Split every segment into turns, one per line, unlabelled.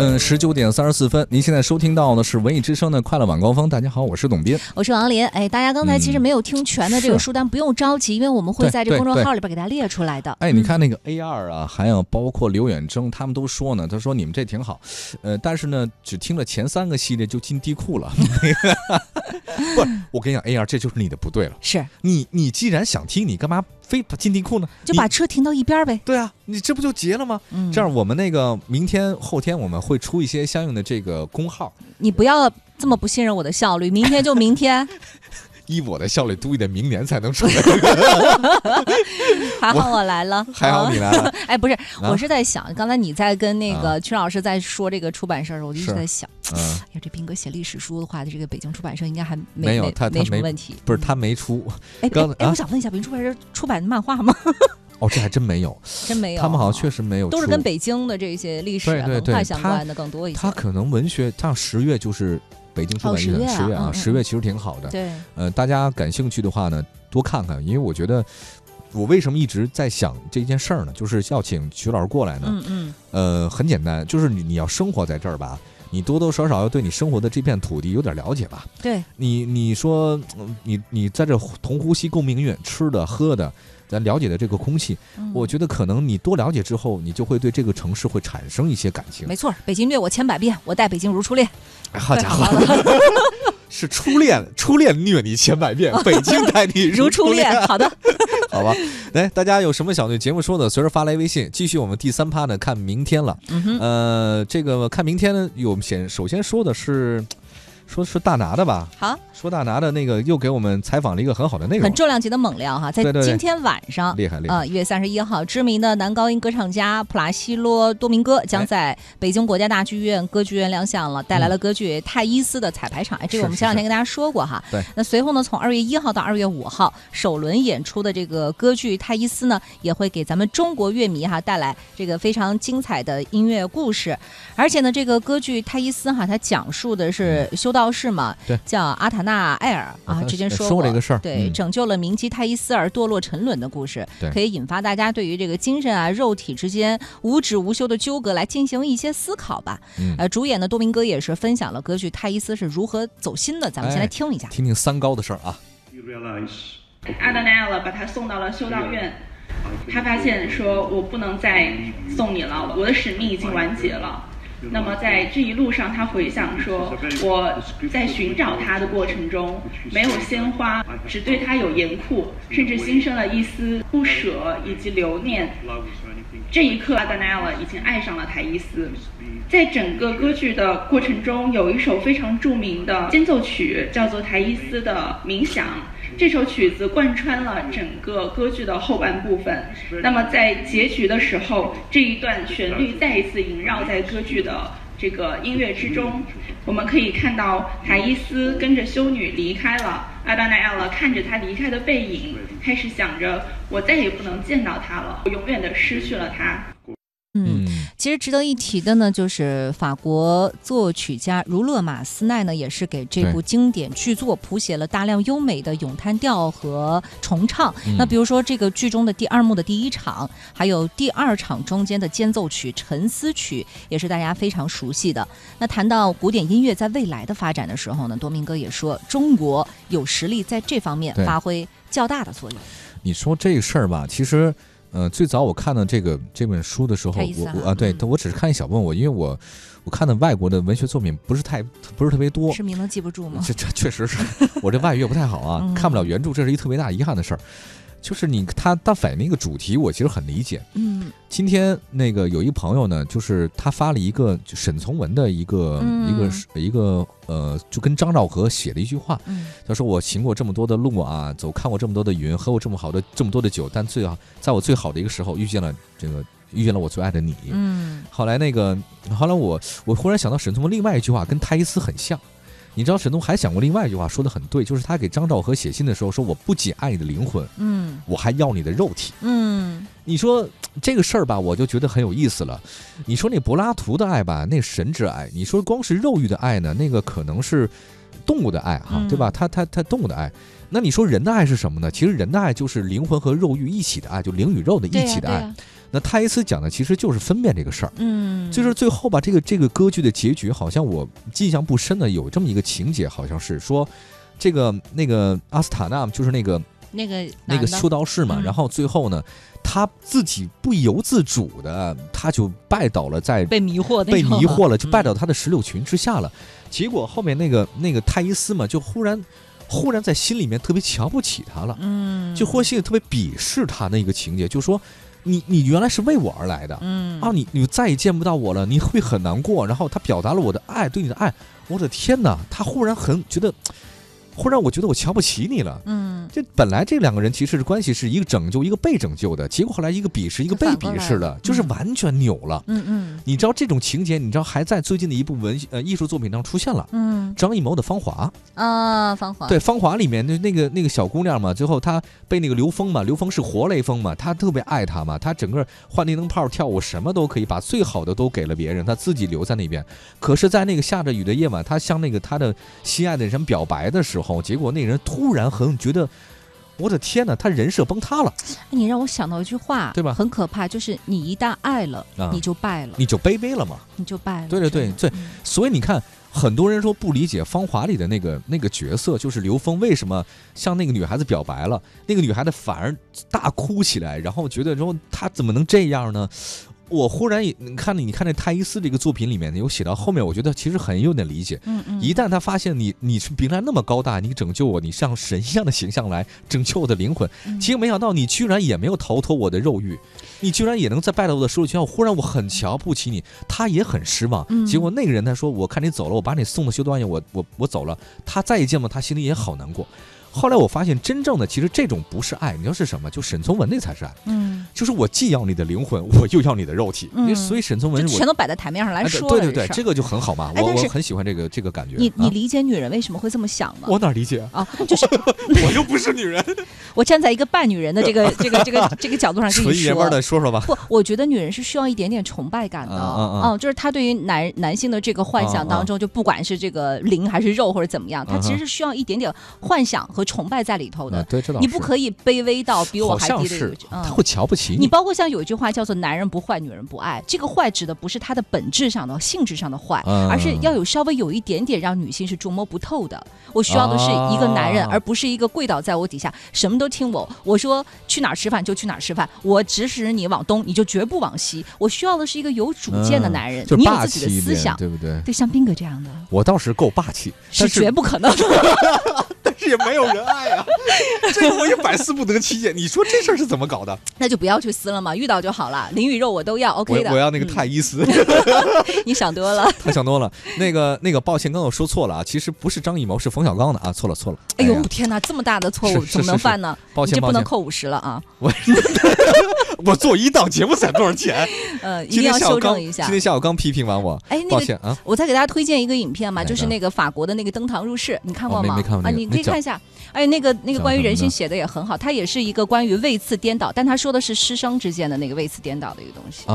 嗯，十九点三十四分，您现在收听到的是文艺之声的快乐晚高峰。大家好，我是董斌。
我是王林。哎，大家刚才其实没有听全的这
嗯
个
是
书单，不用着急，因为我们会
对
在这
对
公众
对
号里边给大家列出来的。
哎，你
嗯，
看那个 A 二啊，还有包括刘远征，他们都说呢，他说你们这挺好，呃，但是呢，只听了前三个系列就进地库了。 不是，我跟你讲，A 二这就是你的不对了。
是
你你既然想听，你干嘛非把进地库呢？
就
你
把车停到一边儿呗。
对啊，你这不就结了吗？
嗯，
这样，我们那个明天、后天我们会出一些相应的这个公号，
你不要这么不信任我的效率，明天就 明天。
依我的效率，估计得明年才能 出来。
还好我来了，
还好你来啊了，
哎，不是，我是在想，刚才你在跟那个曲老师在说这个出版社的时候，我就一直
啊是
在想，
嗯，
哎呀，这斌哥写历史书的话，这个北京出版社应该还没
没有他他
没什么
没
问题。嗯
不是他没出，
哎，
刚
哎哎，
啊
我想问一下，北京出版社出版漫画吗？
哦，这还真没有，
真没有啊，
他们好像确实没有出，
都是跟北京的这些历史
对
啊、
对
文
对
化相
他
关的更多一些。
他可能文学，像十月就是北京出版社
哦十月啊
十月
嗯
啊，
嗯
十月其实挺好的。
对，
呃，大家感兴趣的话呢，多看看，因为我觉得我为什么一直在想这件事儿呢，就是要请曲老师过来呢。
嗯嗯，
呃，很简单，就是你你要生活在这儿吧，你多多少少要对你生活的这片土地有点了解吧。
对，
你你说，嗯你你在这同呼吸共命运，吃的喝的，咱了解的这个空气，
嗯
我觉得可能你多了解之后，你就会对这个城市会产生一些感情。
没错，北京虐我千百遍，我待北京如初恋。
哎好家
太好
伙， 是初恋， 初恋虐你千百 遍，北京待你
如
初啊
初恋，好的，
好吧？来，大家有什么想对节目说的，随时发来微信。继续我们第三趴呢，看明天了。
嗯哼，
呃，这个看明天呢，有先首先说的是，说是大拿的吧？
好，
说大拿的那个又给我们采访了一个很好的内容
很，重量级的猛料哈，在
嗯对对对
今天晚上。
厉害厉害。
啊，一月三十一号，知名的男高音歌唱家普拉西洛多明
哎
戈将在北京国家大剧院歌剧院亮相了，带来了歌剧《泰伊斯》的彩排场。哎，这个我们
是
前两
是
天跟大家说过哈。
对。
那随后呢，从二月一号到二月五号，首轮演出的这个歌剧《泰伊斯》呢，也会给咱们中国乐迷哈带来这个非常精彩的音乐故事。而且呢，这个歌剧《泰伊斯》哈，它讲述的
嗯
是修道士嘛，
对
叫阿塔纳埃尔啊，之前
哎说
过
这个事儿，
对，
嗯
拯救了明基泰伊斯而堕落沉沦的故事
对，
可以引发大家对于这个精神啊、肉体之间无止无休的纠葛来进行一些思考吧。
嗯
呃，主演的多明戈也是分享了歌剧《泰伊斯》是如何走心的，咱们先来
哎
听一下。
听听三高的事儿啊。
You realize
阿德奈尔把他送到了修道院，他发现说：“我不能再送你了，我的使命已经完结了。”
嗯
那么在这一路上，他回想说：“我在寻找他的过程中，没有鲜花，只对他有严酷，甚至心生了一丝不舍以及留念。
flowers or anything
这一刻，阿德奈尔已经爱上了泰伊斯。在整个歌剧的过程中，有一首非常著名的间奏曲，叫做泰伊斯的《冥想》。这首曲子贯穿了整个歌剧的后半部分。那么在结局的时候，这一段旋律再一次萦绕在歌剧的这个音乐之中。我们可以看到海伊斯跟着修女离开了，阿达奈尔看着她离开的背影，开始想着我再也不能见到她了，我永远的失去了她。
嗯，其实值得一提的呢，就是法国作曲家儒勒马斯奈呢，也是给这部
对
经典剧作谱写了大量优美的咏叹调和重唱。
嗯
那比如说这个剧中的第二幕的第一场，还有第二场中间的间奏曲《沉思曲》，也是大家非常熟悉的。那谈到古典音乐在未来的发展的时候呢，多明哥也说，中国有实力在这方面
对
发挥较大的作用。
你说这个事儿吧，其实，呃，最早我看到这个这本书的时候
太意，思
我
了
我啊，对，
嗯
我只是看一小部分，我因为我我看的外国的文学作品不是太不是特别多，
是名能记不住吗？
这这确实是 我这外语也不太好啊，
嗯
看不了原著，这是一特别大遗憾的事儿。就是你他他反映那个主题，我其实很理解。
嗯
今天那个有一朋友呢，就是他发了一个就沈从文的一个、
嗯
一个一个呃，就跟张兆和写的一句话，
嗯，
他说我行过这么多的路啊，走看过这么多的云，喝过这么好的这么多的酒，但最好在我最好的一个时候遇见了这个遇见了我最爱的你。
嗯，
后来那个后来我我忽然想到沈从文另外一句话跟泰伊斯很像。你知道沈从文还想过另外一句话，说的很对，就是他给张兆和写信的时候说：“我不仅爱你的灵魂，
嗯，
我还要你的肉体。
嗯，”
你说这个事儿吧，我就觉得很有意思了。你说那柏拉图的爱吧，那神之爱；你说光是肉欲的爱呢，那个可能是动物的爱哈、
嗯
对吧？它它它动物的爱。那你说人的爱是什么呢？其实人的爱就是灵魂和肉欲一起的爱，就灵与肉的一起的爱。
对呀
那泰伊斯讲的其实就是分辨这个事儿。
嗯，
就是最后吧，这个这个歌剧的结局，好像我印象不深的有这么一个情节，好像是说，这个那个阿斯塔纳就是那个
那个
那
男
个
的
修道士嘛，
嗯
然后最后呢，他自己不由自主的，他就拜倒了在
被迷惑那
被
种，
迷惑了，就拜
嗯
倒他的石榴裙之下了。结果后面那个那个泰伊斯嘛，就忽然忽然在心里面特别瞧不起他了，
嗯，
就忽然心里特别鄙视他那个情节，就说你你原来是为我而来的，
嗯
啊，你你再也见不到我了，你会很难过。然后他表达了我的爱，对你的爱，我的天哪，他忽然很觉得，忽然我觉得我瞧不起你了。
嗯，
这本来这两个人其实是关系是一个拯救，一个被拯救的，结果后来一个鄙视，一个被
反过
鄙
来
视的
了，
就是
嗯
完全扭了。
嗯嗯
你知道这种情节，你知道还在最近的一部文呃艺术作品上出现了。
嗯
张艺谋的《芳华》，
啊，芳华，
对《芳华》里面的那个那个小姑娘嘛，最后她被那个刘峰嘛，刘峰是活雷锋嘛，她特别爱他嘛，她整个换电灯泡、跳舞什么都可以，把最好的都给了别人，她自己留在那边。可是，在那个下着雨的夜晚，她向那个她的心爱的人表白的时候，结果那人突然很觉得，我的天呐，她人设崩塌了，
哎你让我想到一句话，
对吧
很可怕，就是你一旦爱了，
啊
你就败了，
你就卑微了嘛。
你就败了。
对对对
真
对
的嗯
所以你看，很多人说不理解《芳华》里的那个那个角色，就是刘峰为什么向那个女孩子表白了，那个女孩子反而大哭起来，然后觉得说他怎么能这样呢？我忽然也你看，你看这泰伊斯这个作品里面有写到后面，我觉得其实很有点理解。
嗯嗯，
一旦他发现你你是凭来那么高大，你拯救我，你像神一样的形象来拯救我的灵魂，
嗯
结果没想到你居然也没有逃脱我的肉欲，你居然也能在拜倒我的石榴裙下，忽然我很瞧不起你，他也很失望。
嗯
结果那个人他说：“我看你走了，我把你送到修道院，我我我走了。”他再一见到他，心里也好难过。后来我发现，真正的其实这种不是爱，你知道是什么？就沈从文那才是爱，
嗯，
就是我既要你的灵魂，我又要你的肉体。
嗯
所以沈从
就
文是我
全都摆在台面上来
哎
说
对
了。
对对，
事儿
这个就很好嘛，
哎
我
但
我
是
很喜欢这个这个感觉。
你你
啊
理解女人为什么会这么想吗？
我哪理 解？
啊，就是
我又不是女人，
我站在一个半女人的 这个这个这个这个角度上跟
纯
你
爷们
说
儿，的说说吧。
不，我觉得女人是需要一点点崇拜感的，
啊啊啊
嗯，就是她对于男男性的这个幻想当中，就不管是这个灵还是肉或者怎么样，
嗯
她
哼啊
其实是需要一点点幻想和崇拜在里头的。
对，这倒
你不可以卑微到比我
好
还
像
低的一
是
个，嗯
他会瞧不起
你包括像有一句话叫做“男人不坏，女人不爱”，这个坏指的不是他的本质上的、性质上的坏，
嗯
而是要有稍微有一点点让女性是捉摸不透的。我需要的是一个男人，
啊
而不是一个跪倒在我底下，什么都听我。我说去哪儿吃饭就去哪儿吃饭，我指使你往东，你就绝不往西。我需要的是一个有主见的男人，
嗯就
你有
霸
自己
气
的
一
思
点，
想。
对不对？
对，像斌哥这样的
我倒是够霸气，但
绝不可能。
但是也没有人爱 啊，这个我也百思不得其解。你说这事儿是怎么搞 的？
那就不要去撕了嘛，遇到就好了，灵与肉我都要
我
，OK 的。
我要那个哎
嗯
泰伊 斯，
你想多 了。
他想多了。那个那个，抱歉，刚刚我说错了啊，其实不是张艺谋，是冯小刚的啊，错了错了。
哎
呀
呦天哪，这么大的错误
是是
怎么能
是
犯呢？
抱
你
歉
这
抱
不能
歉，
扣五十了啊！
我我做一档节目才多少钱？
呃， 一
今天
定要
下午
修
刚
正一
今
下。
天下午刚批评完我，
哎，那
抱
个，
歉啊。
我再给大家推荐一个影片嘛，
哪
就是那个法国的那个《登堂入室》，你看
哦
过
没
吗？
没看过那
啊，
个
你
那
可以
讲
看一下。哎，那个那个
讲
关于
什么
人性
呢
写的也很好，它也是一个关于位次颠倒，但他说的是师生之间的那个位次颠倒的一个东西。
啊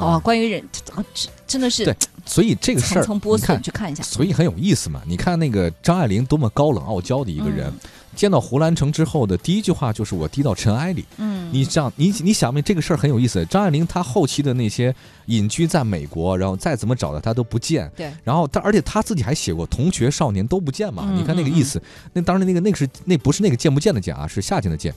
哦，，关于人，哦真真的是
对所以这个事
层
儿，
层剥
你
削，
看
你去看一下。
所以很有意思嘛。你看那个张爱玲多么高冷傲娇的一个人，
嗯
见到胡兰成之后的第一句话就是“我低到尘埃里”
嗯，
你想，你你想没？这个事儿很有意思。张爱玲她后期的那些隐居在美国，然后再怎么找的她都不见。
对，
然后她而且她自己还写过“同学少年都不见”嘛。
嗯
你看那个意思，那当然那个那个是那不是那个见不见的见啊，是下贱的见。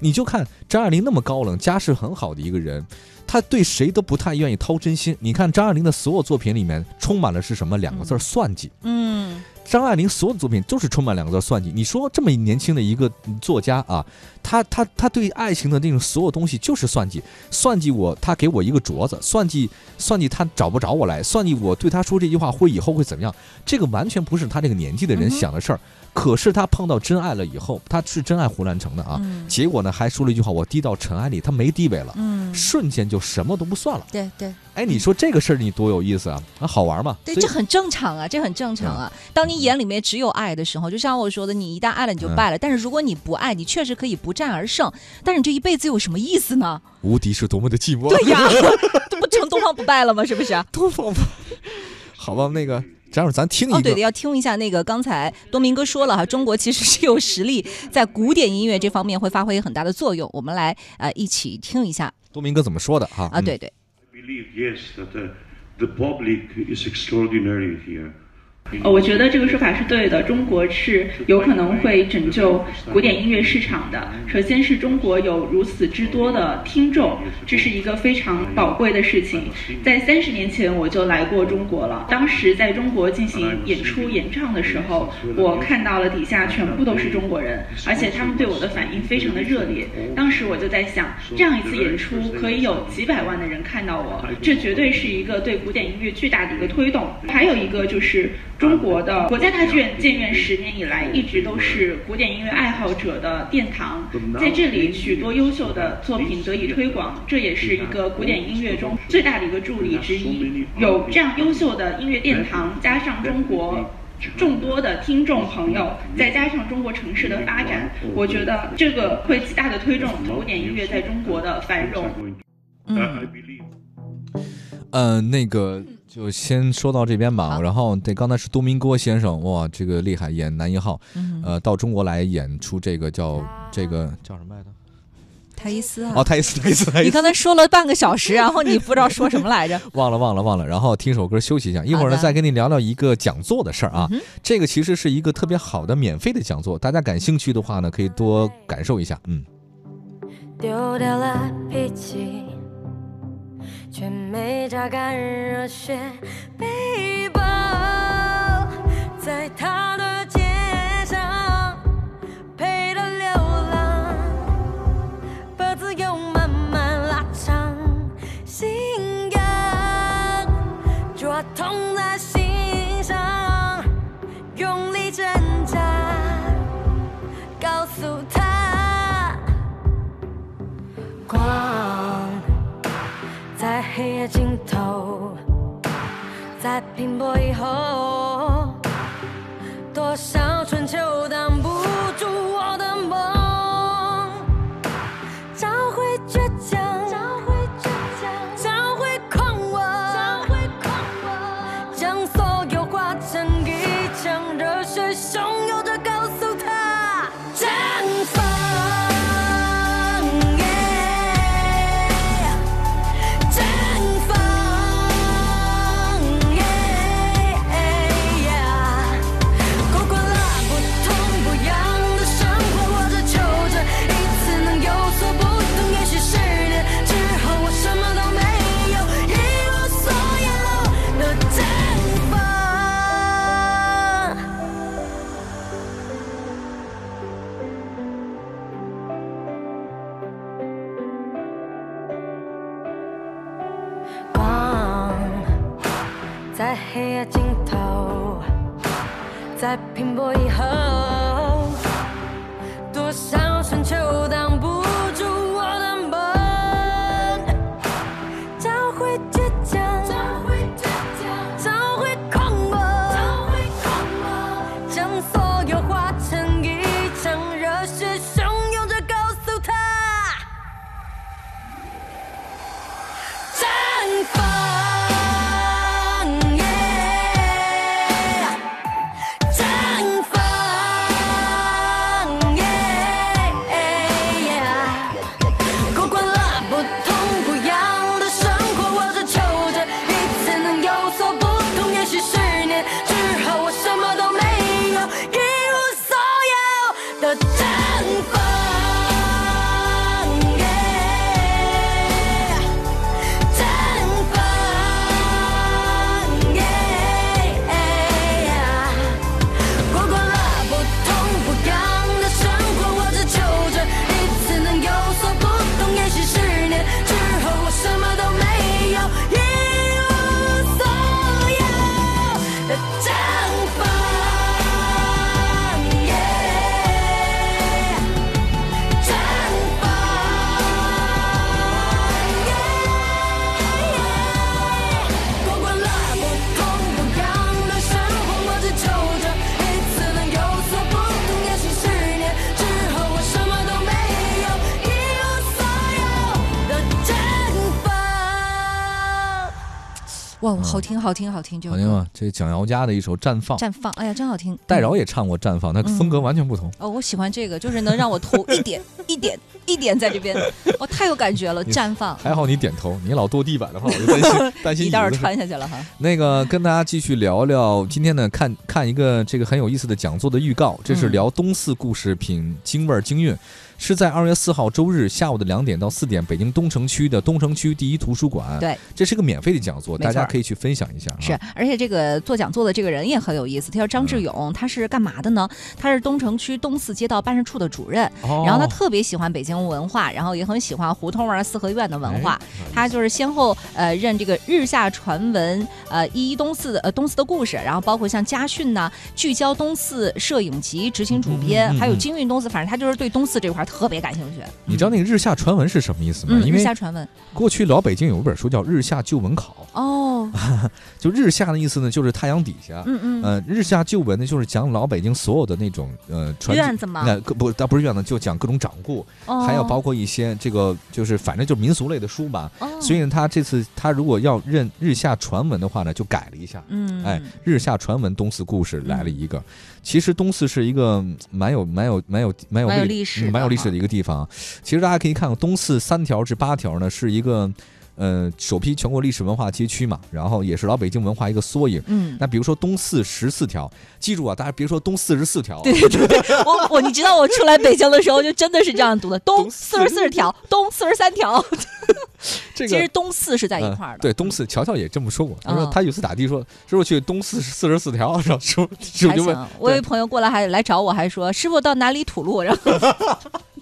你就看张爱玲那么高冷，家世很好的一个人，她对谁都不太愿意掏真心。你看张爱玲的所有作品里面，充满了是什么两个字儿算计。
嗯
张爱玲所有的作品就是充满两个字儿算计。你说这么年轻的一个作家啊，他他他对爱情的那种所有东西就是算计，算计我他给我一个镯子，算计算计他找不着我来，算计我对他说这句话会以后会怎么样，这个完全不是他这个年纪的人
嗯哼
想的事儿。可是他碰到真爱了以后，他是真爱胡兰成的啊，
嗯
结果呢还说了一句话，我低到尘埃里，他没地位了，
嗯，
瞬间就什么都不算了。
对对。
哎，你说这个事儿你多有意思啊，那好玩嘛？
对，
所以
这很正常啊，这很正常啊。当你眼里面只有爱的时候，就像我说的，你一旦爱了你就败了。但是如果你不爱，你确实可以不战而胜，但是你这一辈子有什么意思呢？
无敌是多么的寂寞。
对呀， 这不成东方不败了吗？是不是？
多放吧。 好吧，那个，这样咱听一个。
哦，对的，要听一下那个刚才多明哥说了哈，中国其实是有实力在古典音乐这方面会发挥很大的作用。我们来呃一起听一下
多明哥怎么说的哈？
啊，对对，
I believe, yes, that uh, the public is extraordinary here.
呃，我觉得这个说法是对的。中国是有可能会拯救古典音乐市场的。首先是中国有如此之多的听众，这是一个非常宝贵的事情。在三十年前我就来过中国了，当时在中国进行演出演唱的时候，我看到了底下全部都是中国人，而且他们对我的反应非常的热烈。当时我就在想，这样一次演出可以有几百万的人看到我，这绝对是一个对古典音乐巨大的一个推动。还有一个就是。中国的国家大剧院建院十年以来，一直都是古典音乐爱好者的殿堂，在这里许多优秀的作品得以推广，这也是一个古典音乐中最大的一个助力之一。有这样优秀的音乐殿堂，加上中国。众多的听众朋友，再加上中国城市的发展，我觉得这个会极大的推动古典音乐在中国的繁荣。
嗯
Uh, I believe.
呃，那个就先说到这边吧。然后对，刚才是多明戈先生，哇，这个厉害，演男一号，
嗯
呃，到中国来演出这个叫这个叫什么来着？
泰伊斯啊
哦，太斯太斯太
你
斯，
刚才说了啊半个小时，然后你不知道说什么来着。
忘了忘了忘了。然后听首歌休息一下，一会儿呢
好的嗯
再跟你聊聊一个讲座的事儿啊。这个其实是一个特别好的免费的讲座，大家感兴趣的话呢，可以多感受一下。嗯，
丢掉了脾气，却没榨干热血背包，在他的街上陪他流浪，把自由慢慢拉长，心痒抓痛在心上，用力挣扎，告诉他。光在黑夜尽头，在拼搏以后，多少春秋挡不住我的梦，找回倔强，找回倔强，找回狂妄，找回狂妄，将所有化成一腔热血汹涌着告诉他绽放。yeah 绽放，过惯了不痛不痒的生活，我只求着一次能有所不同。也许十年之后，我什么都没有，一无所有的绽放。光在黑夜尽头，在拼搏以后，多少春秋挡不住我的梦，找回倔强，找回倔强，找回狂妄，找回狂妄，将所有化成一场热血汹涌着告诉他。绽放，绽放，
哇，好听，好听，好听，就
好听吗？这蒋瑶佳的一首《绽放》，
嗯绽放，嗯哎呀，真好听。
戴
嗯
娆也唱过《绽放》，那风格完全不同。
哦，我喜欢这个，就是能让我头一 点一点一点在这边，哦，太有感觉了，
你
绽放，
还好你点头，你老跺地板的话，我就担 心担心
一
你
道儿
的事啊
穿下去了哈。
那个跟大家继续聊聊，今天呢看看一个这个很有意思的讲座的预告，这
嗯
是聊东四故事品京味儿京韵，是在二月四号周日下午的两点到四点，北京东城区的东城区第一图书馆。
对，
这是个免费的讲座，
没错
大家可以去分享一下啊。
是，而且这个做讲座的这个人也很有意思，他叫
嗯
张志勇，他是干嘛的呢？他是东城区东四街道办事处的主任，
哦，
然后他特别喜欢北京文化，然后也很喜欢胡同啊、四合院的文化。
哎
他就是先后呃任这个日下传闻、呃一一东四的呃东四的故事，然后包括像家训呐、聚焦东四摄影集执行主编，
嗯嗯嗯
还有京韵东四，反正他就是对东四这块儿特别感兴趣。
你知道那个日下传闻是什么意思吗？
嗯，
因
日
为
下传闻
过去老北京有一本书叫《日下旧闻考
哦，》，
啊就日下的意思呢，就是太阳底下。
嗯嗯，
呃，日下旧闻呢，就是讲老北京所有的那种呃传
院子吗
那、各不，但不是院子，就讲各种掌故，
哦
还有包括一些这个就是反正就是民俗类的书吧。
哦
所以呢，他这次他如果要认日下传闻的话呢，就改了一下。
嗯
哎，日下传闻东四故事来了一个，其实东四是一个嗯蛮有蛮有蛮有蛮有
蛮有
历
历史
嗯
的
蛮有历
哈
史的一个地方。啊其实大家可以看看东四三条至八条呢，是一个呃首批全国历史文化街区嘛，然后也是老北京文化一个缩影。
嗯，
那比如说东四十四条，记住啊，大家别说东四十四条啊，
对对对对，我我你知道我出来北京的时候就真的是这样读的，东
东
四十四条，东四十三条，
这
其
个
实东四是在一
嗯
块儿的。
对，东四，乔乔也这么说过。他说
哦
他有一次打的说，师傅去东四四十四条，然后师傅师傅
还
就
行
问，，
我有一
对
朋友过来还来找我，还说师傅到哪里吐露，然 后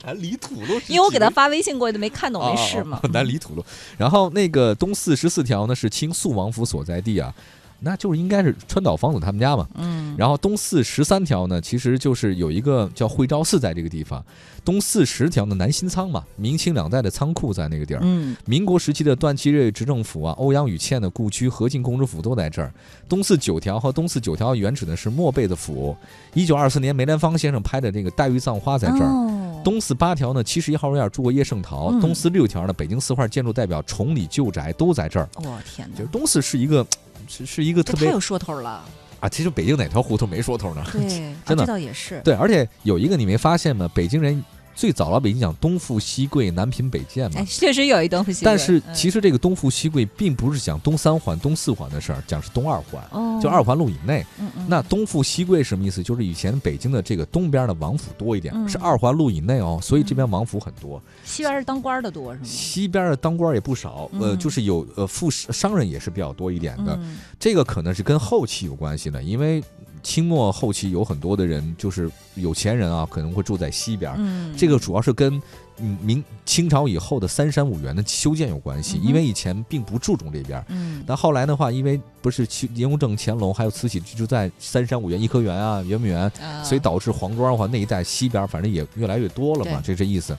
南离土路是几个，
因为我给他发微信过去，没看懂
哦
没事嘛嗯
哦。哦 南离土路。然后那个东四十四条呢，是清肃王府所在地啊，那就是应该是川岛芳子他们家嘛。
嗯，
然后东四十三条呢，其实就是有一个叫惠昭寺在这个地方，东四十条呢南新仓嘛，明清两代的仓库在那个地儿。
嗯，
民国时期的段祺瑞执政府啊，欧阳予倩的故居和敬公主府都在这儿。东四九条和东四九条原址呢是莫贝的府。一九二四年梅兰芳先生拍的那个《黛玉葬花》在这儿。
哦
东四八条呢，七十一号院住过叶圣陶；
嗯
东四六条呢，北京四块建筑代表崇礼旧宅都在这儿。
我天哪
就是，东四是一个，是是一个
这
特
太
别
有说头了。
啊，其实北京哪条胡同没说头呢？
对，啊
真的
这倒也 是。
对，而且有一个你没发现吗？北京人最早老北京讲东富西贵，南贫北贱嘛
哎，。 确实有一东西。
但是
嗯
其实这个东富西贵并不是讲东三环、东四环的事儿，讲是东二环，
哦，
就二环路以内。
嗯，嗯
那东富西贵什么意思？就是以前北京的这个东边的王府多一点，
嗯
是二环路以内哦，所以这边王府很多。
西边是当官的多是吗？
西边的当官儿也不少，呃，
嗯
就是有呃富商人也是比较多一点的。
嗯
这个可能是跟后期有关系的，因为清末后期有很多的人就是有钱人啊，可能会住在西边儿。
嗯，
这个主要是跟嗯明清朝以后的三山五园的修建有关系，
嗯哼
因为以前并不注重这边儿。
嗯
但后来的话，因为不是清雍正、乾隆还有慈禧居住在三山五园、颐和园啊、圆明园，
啊
所以导致黄庄的话那一带西边儿反正也越来越多了嘛，这这意思。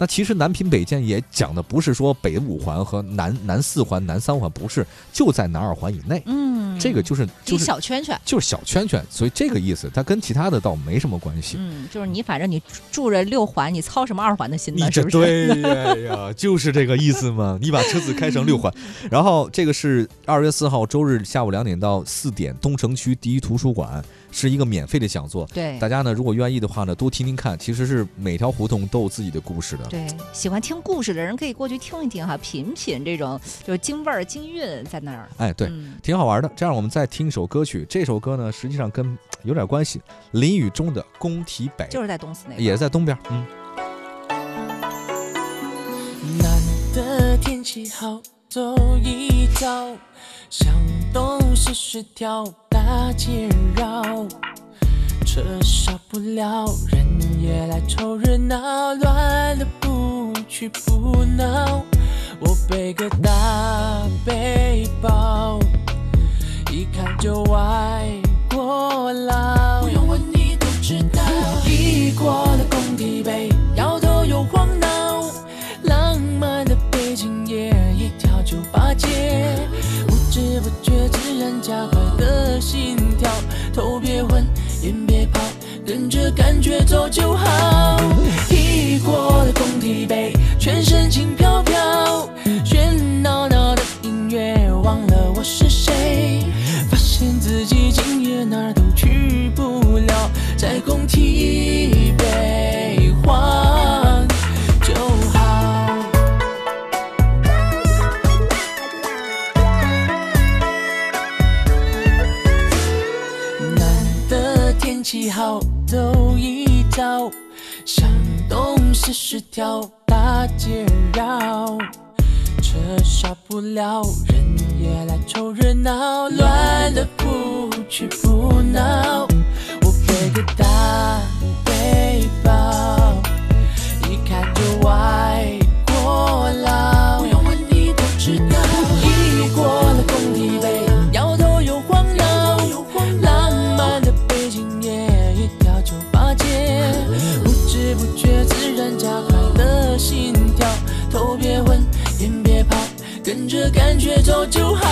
那其实南贫北贱也讲的不是说北五环和南南四环、南三环，不是就在南二环以内，
嗯，
这个就是就
一
是
小圈圈。
就是小圈圈，所以这个意思，它跟其他的倒没什么关系。
嗯，就是你，反正你住着六环，你操什么二环的心
你
呢？
这
是不是？
对呀哎呀，就是这个意思嘛。你把车子开成六环，然后这个是二月四号周日下午两点到四点，东城区第一图书馆是一个免费的讲座，
对
大家呢，如果愿意的话呢，多听听看，其实是每条胡同都有自己的故事的。
对，喜欢听故事的人可以过去听一听哈，品品这种就是京味儿、京韵在那儿。
哎，对，
嗯
挺好玩的。这样我们再听一首歌曲，这首歌呢，实际上跟有点关系，林雨中的《宫体北》
就是在东四那边
也是在东边，嗯。
难得天气好，走一遭，向东四十条大街绕，车少不了，人也来凑热闹，乱了不屈不挠。我背个大背包，一看就外国佬。不用问你都知道，异国的工地北，摇头又晃脑，浪漫的北京夜，一跳就八街，不知不觉自然加快了心跳，头别昏，眼别跑，跟着感觉走就好。异国的工体北，全身轻飘飘，喧闹闹的音乐忘了我是谁。气好都一到，想东四十条大街绕，车少不了人也来凑热闹，乱了不去不闹，我背个大背包。一看就外国佬，不用问你都知道。异国了工体北，摇头又晃脑，浪漫的北京夜，一条九八街，不知不觉自然加快了心跳，头别昏，眼别跑，跟着感觉走就好。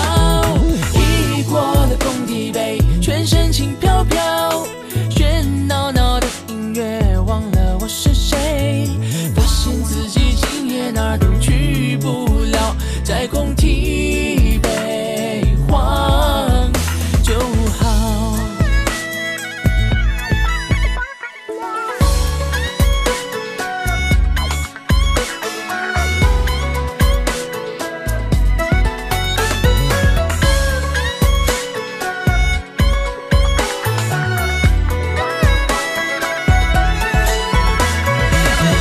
异国的工体北，全身轻飘飘，喧闹闹的音乐忘了我是谁，发现自己今夜哪儿都去不了，在工体北晃就好。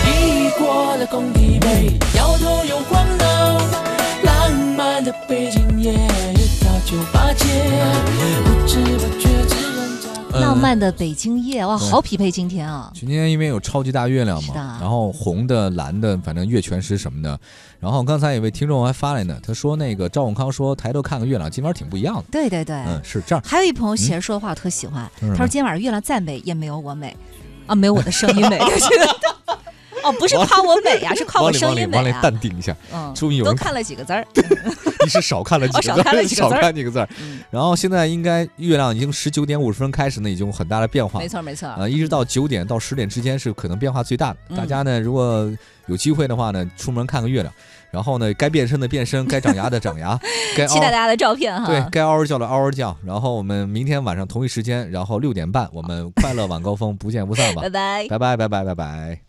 异国的工体北，摇头又晃脑，浪漫的北京夜，一到酒吧街，不知不觉自然加快。
浪漫的北京夜，哇，好匹配今天啊！
今天因为有超级大月亮
是
嘛
的，
然后红的、蓝的，反正月全食什么的。然后刚才有位听众还发来呢，他说那个赵永康说抬头看看月亮，今晚挺不一样的。
对对对，
嗯，是这样。
还有一朋友写着说的话我特喜欢，
嗯
他说今晚上月亮再美也没有我美，啊，没有我的声 音美。哦，不是夸我美呀、是夸
王
我
磊，
声
王磊，
音美
王磊
啊。
淡定一 下，
嗯，
终于有
都
人
看了几个字儿，
你是少看了几
哦
个字
少看了
儿，
几个字儿
少看几个字儿
嗯。
然后现在应该月亮已经十九点五十分开始呢，已经有很大的变化
没。错没错。
啊，一直到九点到十点之间是可能变化最大的。
嗯
大家呢，如果有机会的话呢，出门看看月亮，然后呢，该变身的变身，该长牙的长 牙，该
期
凹
待大家的照片哈。
对该嗷嗷叫的嗷嗷叫。然后我们明天晚上同一时间，然后六点半，我们快乐晚高峰不见不散吧
拜。拜。
拜拜拜拜拜拜。